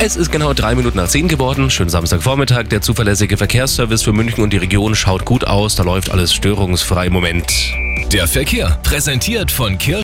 Es ist genau drei Minuten nach zehn geworden. Schönen Samstagvormittag. Der zuverlässige Verkehrsservice für München und die Region schaut gut aus. Da läuft alles störungsfrei im Moment. Der Verkehr, präsentiert von Kirch.